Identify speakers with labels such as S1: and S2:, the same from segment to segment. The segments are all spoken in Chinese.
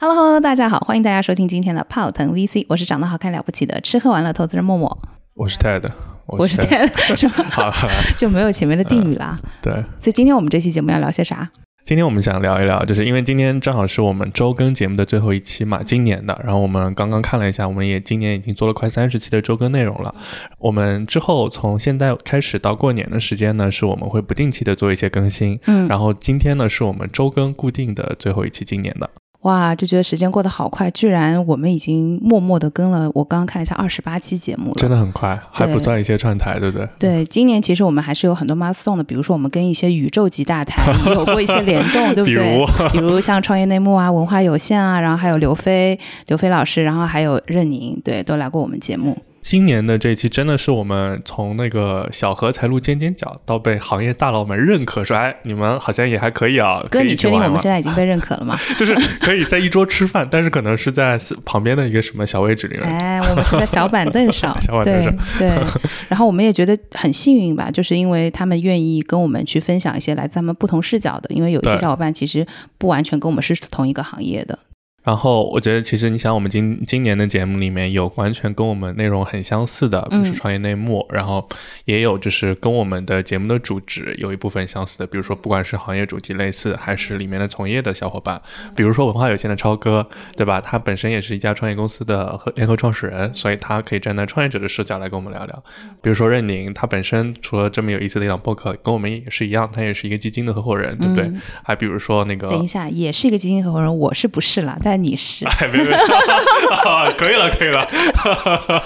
S1: Hello Hello，大家好，欢迎大家收听今天的泡腾 VC，我是长得好看了不起的吃喝玩乐投资人默默，
S2: 我是 Ted，
S1: 我是 呃 Ted，是
S2: 好
S1: 吧？
S2: 好
S1: 就没有前面的定语啦。
S2: 对，
S1: 所以今天我们这期节目要聊些啥？
S2: 今天我们想聊一聊，就是因为今天正好是我们周更节目的最后一期嘛，今年的。然后我们刚刚看了一下，我们也今年已经做了快三十期的周更内容了。我们之后从现在开始到过年的时间呢，是我们会不定期的做一些更新。
S1: 嗯，
S2: 然后今天呢，是我们周更固定的最后一期，今年的。
S1: 哇，就觉得时间过得好快，居然我们已经默默的跟了，我刚刚看了一下，二十八期节目了。
S2: 真的很快，还不
S1: 对
S2: 算一些串台，对不对？
S1: 对，今年其实我们还是有很多 milestone 的，比如说我们跟一些宇宙级大 台有过一些联动，对不
S2: 比
S1: 对
S2: 如？
S1: 比如像创业内幕啊、文化有限啊，然后还有刘飞、刘飞老师，然后还有任宁，对，都来过我们节目。
S2: 今年的这一期真的是我们从那个小荷才露尖尖角到被行业大佬们认可，说哎，你们好像也还可以啊。
S1: 哥，
S2: 可以
S1: 你
S2: 一起
S1: 确定
S2: 玩
S1: 我们
S2: 玩
S1: 现在已经被认可了吗？
S2: 就是可以在一桌吃饭，但是可能是在旁边的一个什么小位置里面。
S1: 哎，我们是在小板凳上
S2: ，小板凳上
S1: 对对。然后我们也觉得很幸运吧，就是因为他们愿意跟我们去分享一些来自他们不同视角的，因为有一些
S2: 对
S1: 小伙伴其实不完全跟我们是同一个行业的。
S2: 然后我觉得，其实你想，我们今今年的节目里面有完全跟我们内容很相似的，比如说
S1: 嗯
S2: 创业内幕，然后也有就是跟我们的节目的主旨有一部分相似的，比如说不管是行业主题类似，还是里面的从业的小伙伴，比如说文化有限的超哥，对吧？他本身也是一家创业公司的合联合创始人，所以他可以站在创业者的视角来跟我们聊聊。
S1: 嗯
S2: 比如说任宁，他本身除了这么有意思的一档播客，跟我们也是一样，他也是一个基金的合伙人，对不对？
S1: 嗯
S2: 还比如说那个
S1: 等一下，也是一个基金合伙人，我是不是啦？但你 是。
S2: 哎，没没，啊可以了，可以了。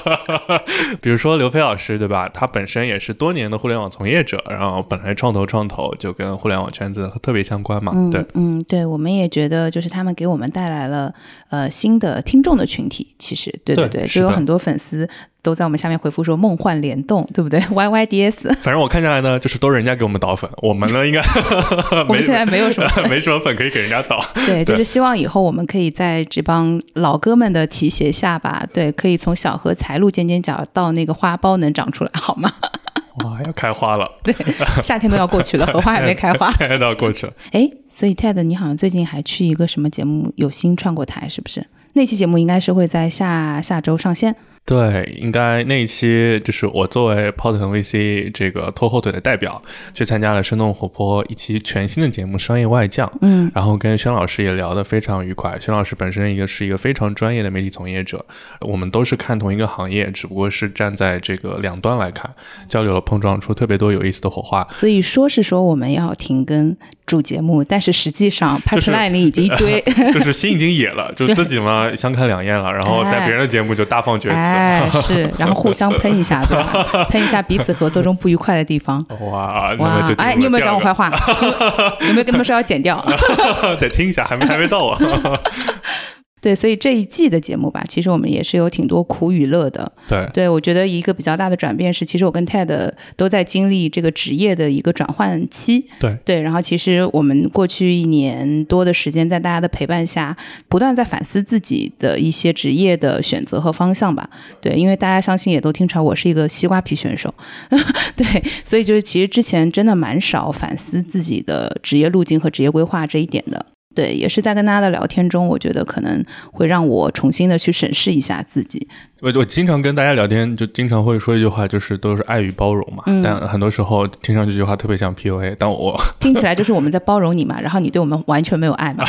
S2: 比如说刘飞老师，对吧？他本身也是多年的互联网从业者，然后本来创投创投就跟互联网圈子特别相关嘛，
S1: 嗯
S2: 对。
S1: 嗯，对，我们也觉得就是他们给我们带来了呃新的听众的群体，其实对
S2: 对
S1: 对，
S2: 是
S1: 就有
S2: 的
S1: 很多粉丝都在我们下面回复说梦幻联动，对不对？Y Y D S，
S2: 反正我看下来呢，就是都是人家给我们导粉，我们呢应该
S1: 我
S2: 没
S1: 们现在没有什么
S2: 没什么粉可以给人家导。
S1: 对，就
S2: 对
S1: 是希望以后我们可以在这帮老哥们的提携下吧，对，可以从小荷才露尖尖角到那个花苞能长出来，好吗？
S2: 哇，要开花了，。
S1: 对，夏天都要过去了，荷花还没开花
S2: 现在都要过去了。
S1: 哎，所以 TED，你好像最近还去一个什么节目有新串过台，是不是？那期节目应该是会在下下周上线。
S2: 对，应该那一期就是我作为泡腾 VC 这个拖后腿的代表，去参加了生动活泼一期全新的节目《商业外降》。
S1: 嗯，
S2: 然后跟轩老师也聊得非常愉快。轩老师本身一个是一个非常专业的媒体从业者，我们都是看同一个行业，只不过是站在这个两端来看，交流了碰撞出特别多有意思的 火花。
S1: 所以说是说我们要停更主节目，但是实际上
S2: 就是
S1: pipeline 里已经一 堆。
S2: 就是心已经野了，就自己嘛相看两厌了，然后在别人的节目就大放厥词。
S1: 哎，是，然后互相喷一下，对 吧？喷一下彼此合作中不愉快的地方。
S2: 哇，那
S1: 哇
S2: 么就，
S1: 哎，你有没有讲我
S2: 第二
S1: 坏话？ 有没有有没有跟他们说要剪掉？
S2: 个？ 得听一下，还没还 没 到啊我。
S1: 对，所以这一季的节目吧，其实我们也是有挺多苦与乐的。
S2: 对，
S1: 对我觉得一个比较大的转变是，其实我跟 Ted 都在经历这个职业的一个转换期。
S2: 对
S1: 对，然后其实我们过去一年多的时间，在大家的陪伴下，不断在反思自己的一些职业的选择和方向吧。对，因为大家相信也都听出来，我是一个西瓜皮选手。 对，所以就是其实之前真的蛮少反思自己的职业路径和职业规划这一点的。对，也是在跟大家的聊天中，我觉得可能会让我重新的去审视一下自己。
S2: 我我经常跟大家聊天，就经常会说一句话，就是都是爱与包容嘛。
S1: 嗯
S2: 但很多时候听上去这句话特别像 PUA，但我
S1: 听起来就是我们在包容你嘛，然后你对我们完全没有 爱嘛。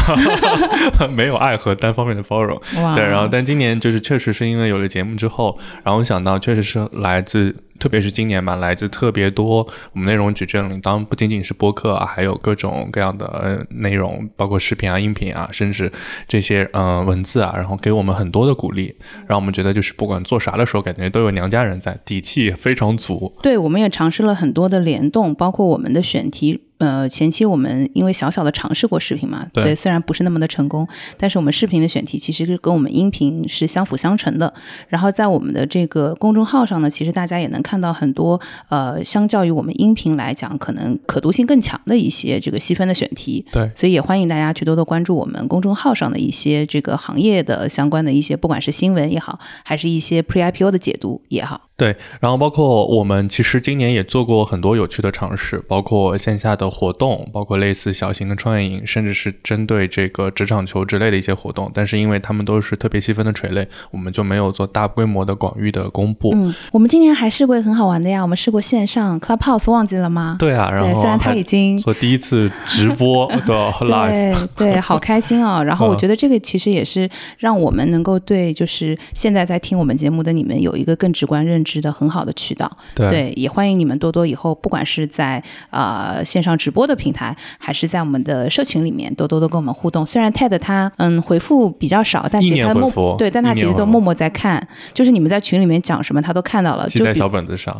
S2: 没有爱和单方面的包容。
S1: 哇
S2: 对，然后但今年就是确实是因为有了节目之后，然后我想到确实是来自，特别是今年吧，来自特别多我们内容矩阵里，当然不仅仅是播客、啊，还有各种各样的呃内容，包括视频啊、音频啊，甚至这些嗯、呃文字啊，然后给我们很多的鼓励，让我们觉得就是不管做啥的时候，感觉都有娘家人在，底气也非常足。
S1: 对，我们也尝试了很多的联动，包括我们的选题。呃，前期我们因为小小的尝试过视频嘛，
S2: 对
S1: 虽然不是那么的成功，但是我们视频的选题其实是跟我们音频是相辅相成的。然后在我们的这个公众号上呢，其实大家也能看到很多呃，相较于我们音频来讲，可能可读性更强的一些这个细分的选题。
S2: 对
S1: 所以也欢迎大家去多多关注我们公众号上的一些这个行业的相关的一些，不管是新闻也好，还是一些 pre IPO 的解读也好。
S2: 对，然后包括我们其实今年也做过很多有趣的尝试，包括线下的活动，包括类似小型的创业营，甚至是针对这个职场球之类的一些活动。但是因为他们都是特别细分的垂类，我们就没有做大规模的广域的公布。
S1: 嗯，我们今年还试过很好玩的呀，我们试过线上 Clubhouse，忘记了吗？
S2: 对啊，然后
S1: 虽然它
S2: 还
S1: 已经
S2: 做第一次直 播的 live，嗯
S1: 对 对，好开心哦！然后我觉得这个其实也是让我们能够对就是现在在听我们节目的你们有一个更直观认知的很好的渠道。
S2: 对
S1: 对，也欢迎你们多多以后，不管是在呃线上直播的平台，还是在我们的社群里面，多多的跟我们互动。虽然 TED 他嗯回复比较少，但
S2: 一
S1: 其实
S2: 年
S1: 他
S2: 回
S1: 默
S2: 复
S1: 对，但
S2: 一
S1: 他
S2: 年
S1: 其实
S2: 回
S1: 都
S2: 复
S1: 默默在看，就是你们在群里面讲什么，他都看到了。
S2: 记
S1: 就
S2: 在
S1: 比
S2: 小本子 上。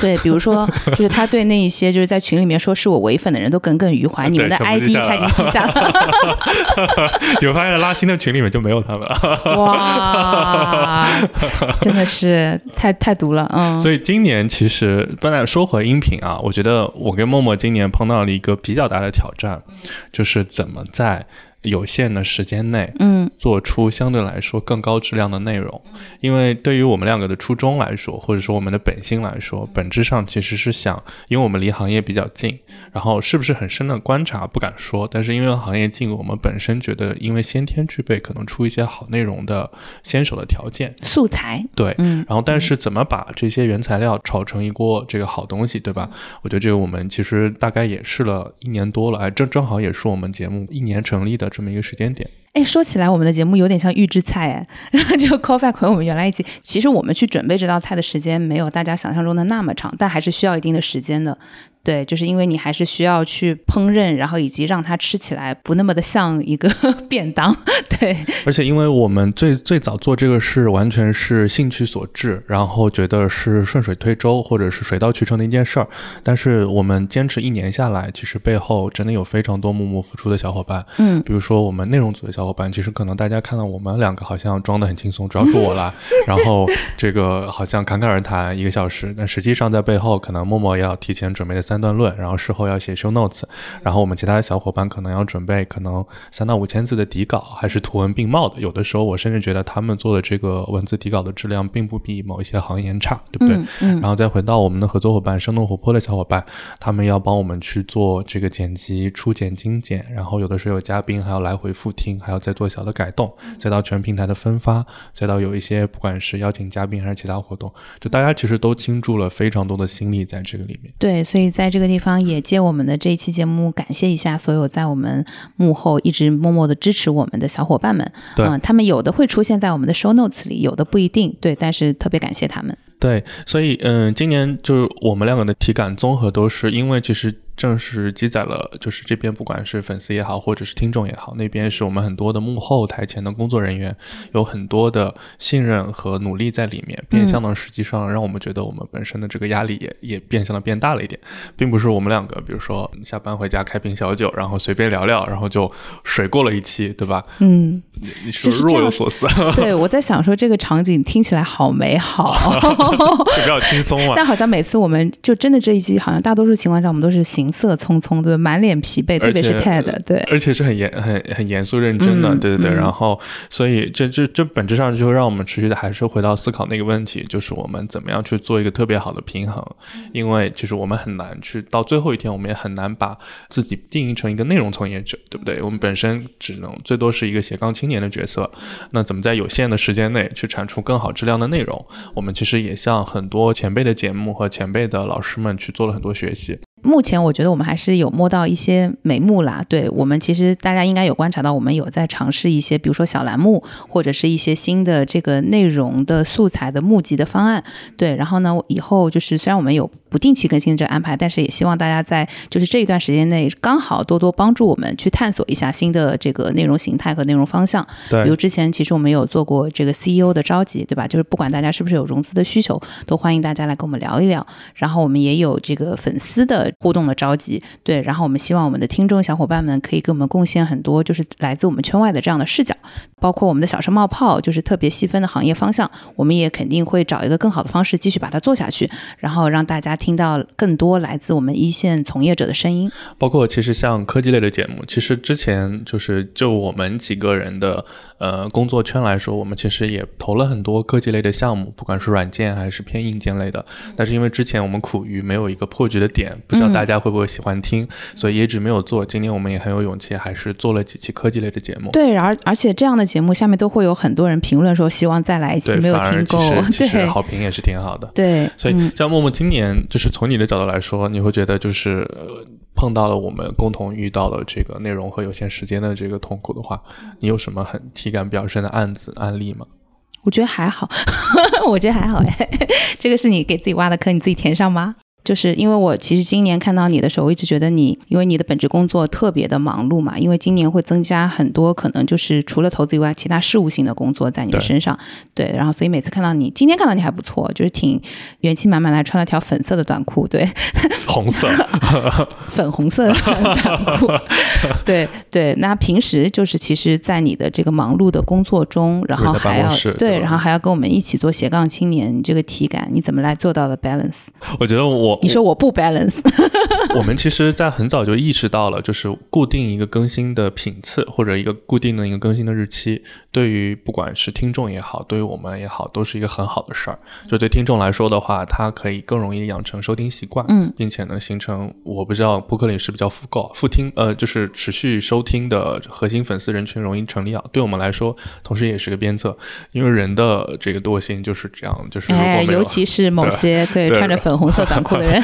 S1: 对，比如 说，就是他对那一些就是在群里面说是我唯粉的人都耿耿于怀，你们的
S2: 啊对
S1: ID
S2: 全部记下
S1: 他已
S2: 来
S1: 经记下了。
S2: 就发现拉新的群里面就没有他们了。
S1: 哇，真的是太太毒了，嗯，
S2: 所以今年其实本来说回音频啊，我觉得我跟默默今年碰到了一个比较大的挑战，就是怎么在有限的时间内
S1: 嗯
S2: 做出相对来说更高质量的内容。因为对于我们两个的初衷来说，或者说我们的本心来说，本质上其实是想，因为我们离行业比较近，然后是不是很深的观察不敢说，但是因为行业近，我们本身觉得因为先天具备可能出一些好内容的先手的条件，
S1: 素材，
S2: 对，
S1: 嗯
S2: 然后但是怎么把这些原材料炒成一锅这个好东西，对吧？我觉得这个我们其实大概也试了一年多了，哎，正正好也是我们节目一年成立的这么一个时间点。
S1: 哎，说起来，我们的节目有点像预制菜，哎， 就 callback 回我们原来一期。其实我们去准备这道菜的时间没有大家想象中的那么长，但还是需要一定的时间的。对，就是因为你还是需要去烹饪，然后以及让它吃起来不那么的像一个 便当。对，
S2: 而且因为我们最最早做这个事完全是兴趣所致，然后觉得是顺水推舟或者是水到渠成的一件事儿，但是我们坚持一年下来，其实背后真的有非常多默默付出的小伙伴，
S1: 嗯，
S2: 比如说我们内容组的小伙伴，其实可能大家看到我们两个好像装得很轻松，主要是我啦，然后这个好像侃侃而谈一个小时，但实际上在背后可能默默要提前准备的三段论，然后事后要写 show notes，然后我们其他的小伙伴可能要准备可能三到五千字的底稿，还是图文并茂的。有的时候我甚至觉得他们做的这个文字底稿的质量并不比某一些行业差，对不对？
S1: 嗯嗯
S2: 然后再回到我们的合作伙伴生动活泼的小伙伴，他们要帮我们去做这个剪辑、初剪、精简，然后有的时候有嘉宾还要来回复听，还要再做小的改动，再到全平台的分发，再到有一些不管是邀请嘉宾还是其他活动，就大家其实都倾注了非常多的心力在这个里面。
S1: 对，所以在这个地方也借我们的这一期节目，感谢一下所有在我们幕后一直默默的支持我们的小伙伴们。
S2: 对
S1: 嗯，他们有的会出现在我们的 show notes 里，有的不一定。对，但是特别感谢他们。
S2: 对，所以嗯，今年就是我们两个的体感综合都是因为其实正是积攒了，就是这边不管是粉丝也好，或者是听众也好，那边是我们很多的幕后台前的工作人员，有很多的信任和努力在里面，变
S1: 嗯
S2: 相的实际上让我们觉得我们本身的这个压力也也变相的变大了一点，并不是我们两个比如说下班回家开瓶小酒，然后随便聊聊，然后就水过了一期，对吧？
S1: 嗯，
S2: 你是
S1: 就
S2: 不是
S1: 是这
S2: 若
S1: 样
S2: 有所思，
S1: 对我在想说这个场景听起来好美 好，
S2: 就比较轻松嘛。
S1: 但好像每次我们就真的这一期，好像大多数情况下我们都是行色匆匆，对吧，满脸疲惫，特别是
S2: 而且呃
S1: TED，对。
S2: 而且是很严、很很严肃认真的，
S1: 嗯
S2: 对对对。
S1: 嗯
S2: 然后，所以这这这本质上就让我们持续的还是回到思考那个问题，就是我们怎么样去做一个特别好的平衡，
S1: 嗯
S2: 因为就是我们很难去到最后一天，我们也很难把自己定义成一个内容从业者，对不对？我们本身只能最多是一个斜杠青年的角色，
S1: 嗯
S2: 那怎么在有限的时间内去产出更好质量的内容？我们其实也向很多前辈的节目和前辈的老师们去做了很多学习，
S1: 目前我觉得我们还是有摸到一些眉目啦。对我们其实大家应该有观察到，我们有在尝试一些，比如说小栏目或者是一些新的这个内容的素材的募集的方案。对，然后呢，以后就是虽然我们有不定期更新的这个安排，但是也希望大家在就是这一段时间内，刚好多多帮助我们去探索一下新的这个内容形态和内容方向。
S2: 对
S1: 比如之前其实我们有做过这个 CEO 的召集，对吧？就是不管大家是不是有融资的需求，都欢迎大家来跟我们聊一聊。然后我们也有这个粉丝的的互动的召集。对，然后我们希望我们的听众小伙伴们可以给我们贡献很多，就是来自我们圈外的这样的视角，包括我们的小声冒泡，就是特别细分的行业方向，我们也肯定会找一个更好的方式继续把它做下去，然后让大家听到更多来自我们一线从业者的声音。
S2: 包括其实像科技类的节目，其实之前就是就我们几个人的呃工作圈来说，我们其实也投了很多科技类的项目，不管是软件还是偏硬件类的。但是因为之前我们苦于没有一个破局的点，不
S1: 嗯
S2: 知道大家会不会喜欢听，所以也一直没有做。今年我们也很有勇气，还是做了几期科技类的节目。
S1: 对，然而而且这样的节目下面都会有很多人评论说希望再来一期，
S2: 对，
S1: 没有
S2: 反而
S1: 听
S2: 其
S1: 够
S2: 实，其实
S1: 对
S2: 好评也是挺好的。
S1: 对，
S2: 所
S1: 嗯
S2: 以，像默默今年就是从你的角度来说，你会觉得就是、呃碰到了我们共同遇到了这个内容和有限时间的这个痛苦的话，你有什么很体感比较深的案子案例吗？
S1: 我觉得还好， 我觉得还好哎， 这个是你给自己挖的坑，你自己填上吗？就是因为我其实今年看到你的时候，我一直觉得你，因为你的本职工作特别的忙碌嘛，因为今年会增加很多可能就是除了投资以外，其他事务性的工作在你的
S2: 对
S1: 身上。对，然后所以每次看到你，今天看到你还不错，就是挺元气满满的，还穿了条粉色的短裤，对，
S2: 红色，
S1: 粉红色的短 裤。对对，那平时就是其实，在你的这个忙碌的工作中，然后
S2: 在办
S1: 还
S2: 公
S1: 要
S2: 室
S1: 对，
S2: 对吧
S1: 然后还要跟我们一起做斜杠青年，你这个体感你怎么来做到的 balance？
S2: 我觉得我
S1: 你说我不 balance，
S2: 我们其实，在很早就意识到了，就是固定一个更新的频次或者一个固定的一个更新的日期，对于不管是听众也好，对于我们也好，都是一个很好的事儿。就对听众来说的话，它可以更容易养成收听习惯，
S1: 嗯，
S2: 并且呢，形成我不知道播客里是比较复购复听，呃，就是持续收听的核心粉丝人群容易成立啊。对我们来说，同时也是个鞭策，因为人的这个惰性就是这样，就是如果
S1: 哎，
S2: 没有
S1: 尤其是某
S2: 对
S1: 些对
S2: 对
S1: 穿着粉红色短裤的 人，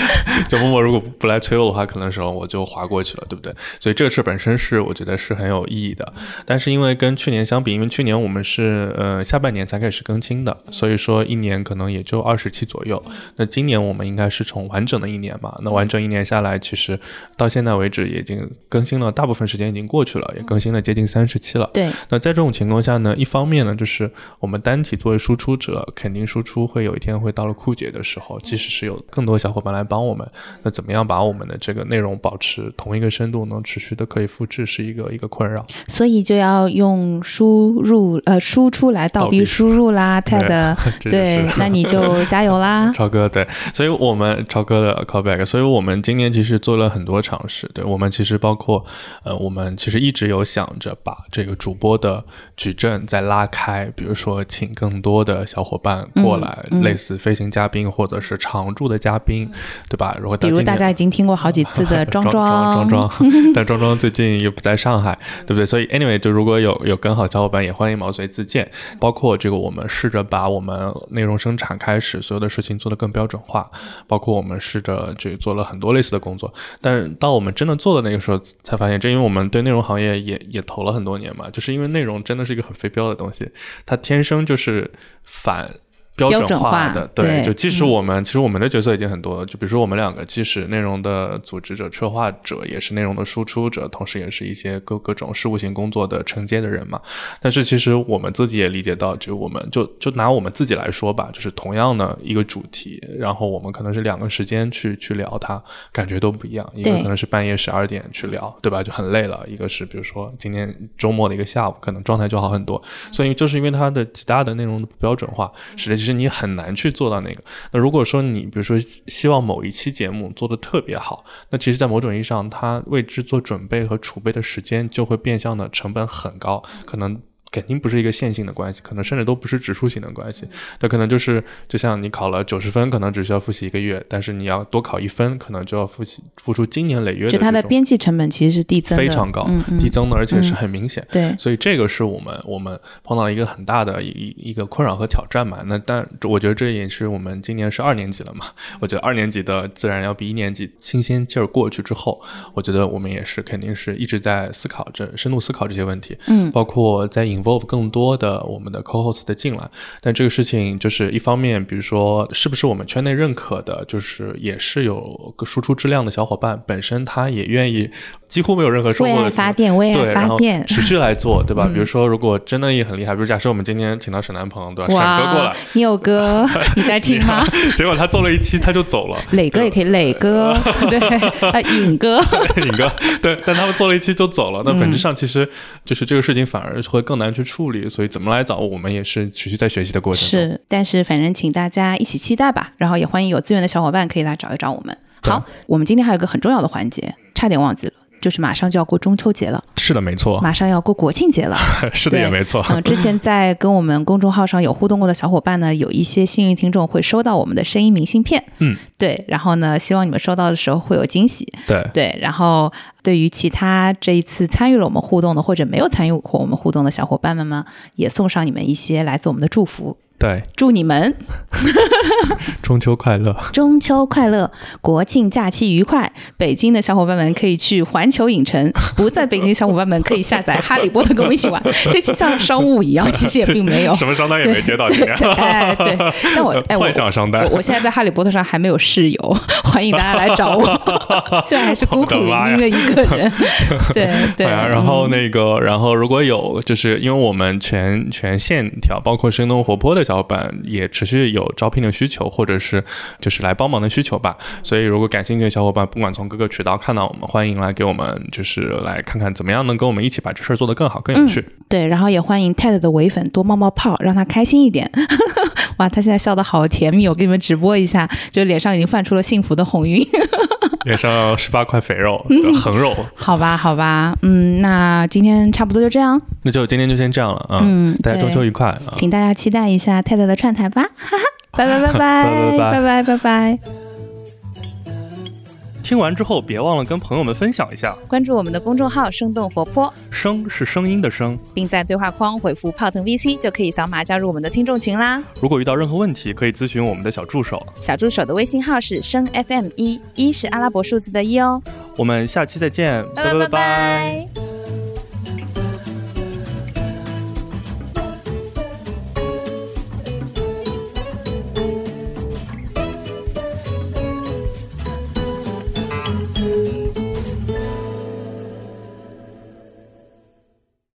S2: 就默默如果不来催我的话，可能时候我就划过去了，对不对？所以这个事本身是我觉得是很有意义的，但是因为跟去年相比，因为去年我们是呃下半年才开始更新的，所以说一年可能也就二十期左右。那今年我们应该是从完整的一年嘛，那完整一年下来，其实到现在为止也已经更新了，大部分时间已经过去了，也更新了接近三十期了。
S1: 对，
S2: 那在这种情况下呢，一方面呢，就是我们单体作为输出者，肯定输出会有一天会到了枯竭的时候，即使是有更多小伙伴来帮我们，那怎么样把我们的这个内容保持同一个深度，能持续的可以复制，是一个一个困扰。
S1: 所以就要用输入呃输出来
S2: 倒
S1: 倒
S2: 逼
S1: 逼输入啦
S2: 对
S1: ，TED，
S2: 这就
S1: 对
S2: 是，。
S1: 那你就加油啦
S2: 超哥对，所以我们超哥的 callback，所以我们今年其实做了很多尝试。对我们其实包括呃，我们其实一直有想着把这个主播的矩阵再拉开，比如说请更多的小伙伴过来，
S1: 嗯嗯
S2: 类似飞行嘉宾或者是常驻的嘉宾，对吧？如果到
S1: 比如
S2: 今
S1: 大
S2: 年
S1: 家已经听过好几次 的
S2: 庄
S1: 庄
S2: 庄庄庄，但庄庄最近又不在上海，对不对？所以 anyway，就如果有有跟好小伙伴，也欢迎毛遂自荐。包括这个，我们试着把我们内容生产开始所有的事情做得更标准化，包括我们试着这做了很多类似的工作。但是到我们真的做的那个时候，才发现，这因为我们对内容行业也也投了很多年嘛，就是因为内容真的是一个很非标的东西，它天生就是反。标
S1: 标
S2: 准
S1: 准
S2: 化
S1: 化
S2: 的，嗯
S1: 对
S2: 就即使我们、其实我们的角色已经很多了，就比如说我们两个，既是内容的组织者、策划者，也是内容的输出者，同时也是一些各各种事务性工作的承接的人嘛。但是其实我们自己也理解到，就我们就就拿我们自己来说吧，就是同样的一个主题，然后我们可能是两个时间去去聊它，感觉都不一样。一个
S1: 对
S2: 可能是半夜十二点去聊，对吧？就很累了。一个是比如说今天周末的一个下午，可能状态就好很多。所以就是因为它的其他的内容的不标准化，使得其实你很难去做到那个。那如果说你比如说希望某一期节目做得特别好，那其实，在某种意义上，它为之做准备和储备的时间就会变相的成本很高，可能。肯定不是一个线性的关系，可能甚至都不是指数型的关系。它可能就是，就像你考了九十分，可能只需要复习一个月，但是你要多考一分，可能就要复习付出经年累月的
S1: 就它
S2: 这
S1: 的
S2: 种
S1: 边际成本其实是递增的，
S2: 非常高，
S1: 嗯嗯
S2: 递增的，而且是很明显。
S1: 对，
S2: 所以这个是我们我们碰到了一个很大的一一一个困扰和挑战嘛。那但我觉得这也是我们今年是二年级了嘛，我觉得二年级的自然要比一年级新鲜劲儿过去之后，我觉得我们也是肯定是一直在思考这深度思考这些问题，
S1: 嗯
S2: 包括在引 involve 更多的我们的 co-host 的进来。但这个事情就是一方面，比如说是不是我们圈内认可的，就是也是有个输出质量的小伙伴，本身他也愿意，几乎没有任何收
S3: 为
S2: 获
S1: 啊
S2: 的
S3: 爱
S2: 情
S3: 发
S2: 况
S3: 电，
S1: 哎
S3: 为
S2: 对，
S3: 爱
S2: 然
S3: 发
S2: 后
S3: 电。
S2: 持续来做，对吧？
S1: 嗯
S2: 比如说，如果真的也很厉害，比如假设我们今天请到沈南鹏，对吧？沈哥啊过
S1: 哇
S2: 来，，
S1: 你有 歌，你在听吗？
S2: 结果他做了一期他就走了，
S1: 磊哥也可以，磊哥，对，啊，尹哥，
S2: 尹哥，对，但他们做了一期就走了。那
S1: 嗯
S2: 本质上其实就是这个事情反而会更难去处理，所以怎么来找我们也是持续在学习的过程中。
S1: 是，但是反正请大家一起期待吧。然后也欢迎有资源的小伙伴可以来找一找我们。好，我们今天还有一个很重要的环节，差点忘记了，就是马上就要过中秋节了，
S2: 是的，没错，
S1: 马上要过国庆节了。
S2: 是的，
S1: 对
S2: 也没 错。
S1: 嗯，之前在跟我们公众号上有互动过的小伙伴呢，有一些幸运听众会收到我们的声音明信片。
S2: 嗯，
S1: 对。然后呢，希望你们收到的时候会有惊喜。
S2: 对，
S1: 对，然后对于其他这一次参与了我们互动的，或者没有参与过我们互动的小伙伴们呢，也送上你们一些来自我们的祝福，
S2: 对，
S1: 祝你们
S2: 中秋快乐！
S1: 中秋快乐，国庆假期愉快。北京的小伙伴们可以去环球影城，不在北京的小伙伴们可以下载《哈利波特》跟我们一起玩。这期像商务一样，其实也并没 有。
S2: 什么商单也没接到，今
S1: 哦对，
S2: 天。
S1: 哎， 对，但我哎我。
S2: 幻想商单
S1: 我，我现在在《哈利波特》上还没有室友，欢迎大家来找我。 现在还是孤苦
S2: 我的妈呀
S1: 伶仃的一个人，对对。 嗯
S2: 哎呀然后那个，然后如果有，就是因为我们全全线条，包括生动活泼的小伙伴，也持续有招聘的需求，或者是就是来帮忙的需求吧。所以，如果感兴趣的小伙伴，不管从各个渠道看到我们，欢迎来给我们，就是来看看怎么样能跟我们一起把这事儿做得更好、更
S1: 嗯
S2: 有 趣。
S1: 对，然后也欢迎 TED 的唯粉多冒冒泡，让他开心一点。 哇，他现在笑得好甜蜜，我给你们直播一下，就脸上已经泛出了幸福的红晕。
S2: 脸上十八块肥肉、
S1: 嗯
S2: 横肉，
S1: 好吧，好吧，嗯，那今天差不多就这样，
S2: 那就今天就先这样了啊！
S1: 嗯
S2: 大家中
S1: 对
S2: 秋愉快啊！
S1: 请大家期待一下 TED 的串台吧， 哈哈，拜拜拜
S2: 拜拜
S1: 拜拜拜拜，
S4: 听完之后，别忘了跟朋友们分享一下。
S1: 关注我们的公众号生动活泼，
S4: 声是声音的声。
S1: 并在对话框回复泡腾 VC 就可以扫码加入我们的听众群啦。
S4: 如果遇到任何问题，可以咨询我们的小助手。
S1: 小助手的微信号是生 FM 一，一是阿拉伯数字的一哦，
S4: 我们下期再见，拜
S1: 拜拜。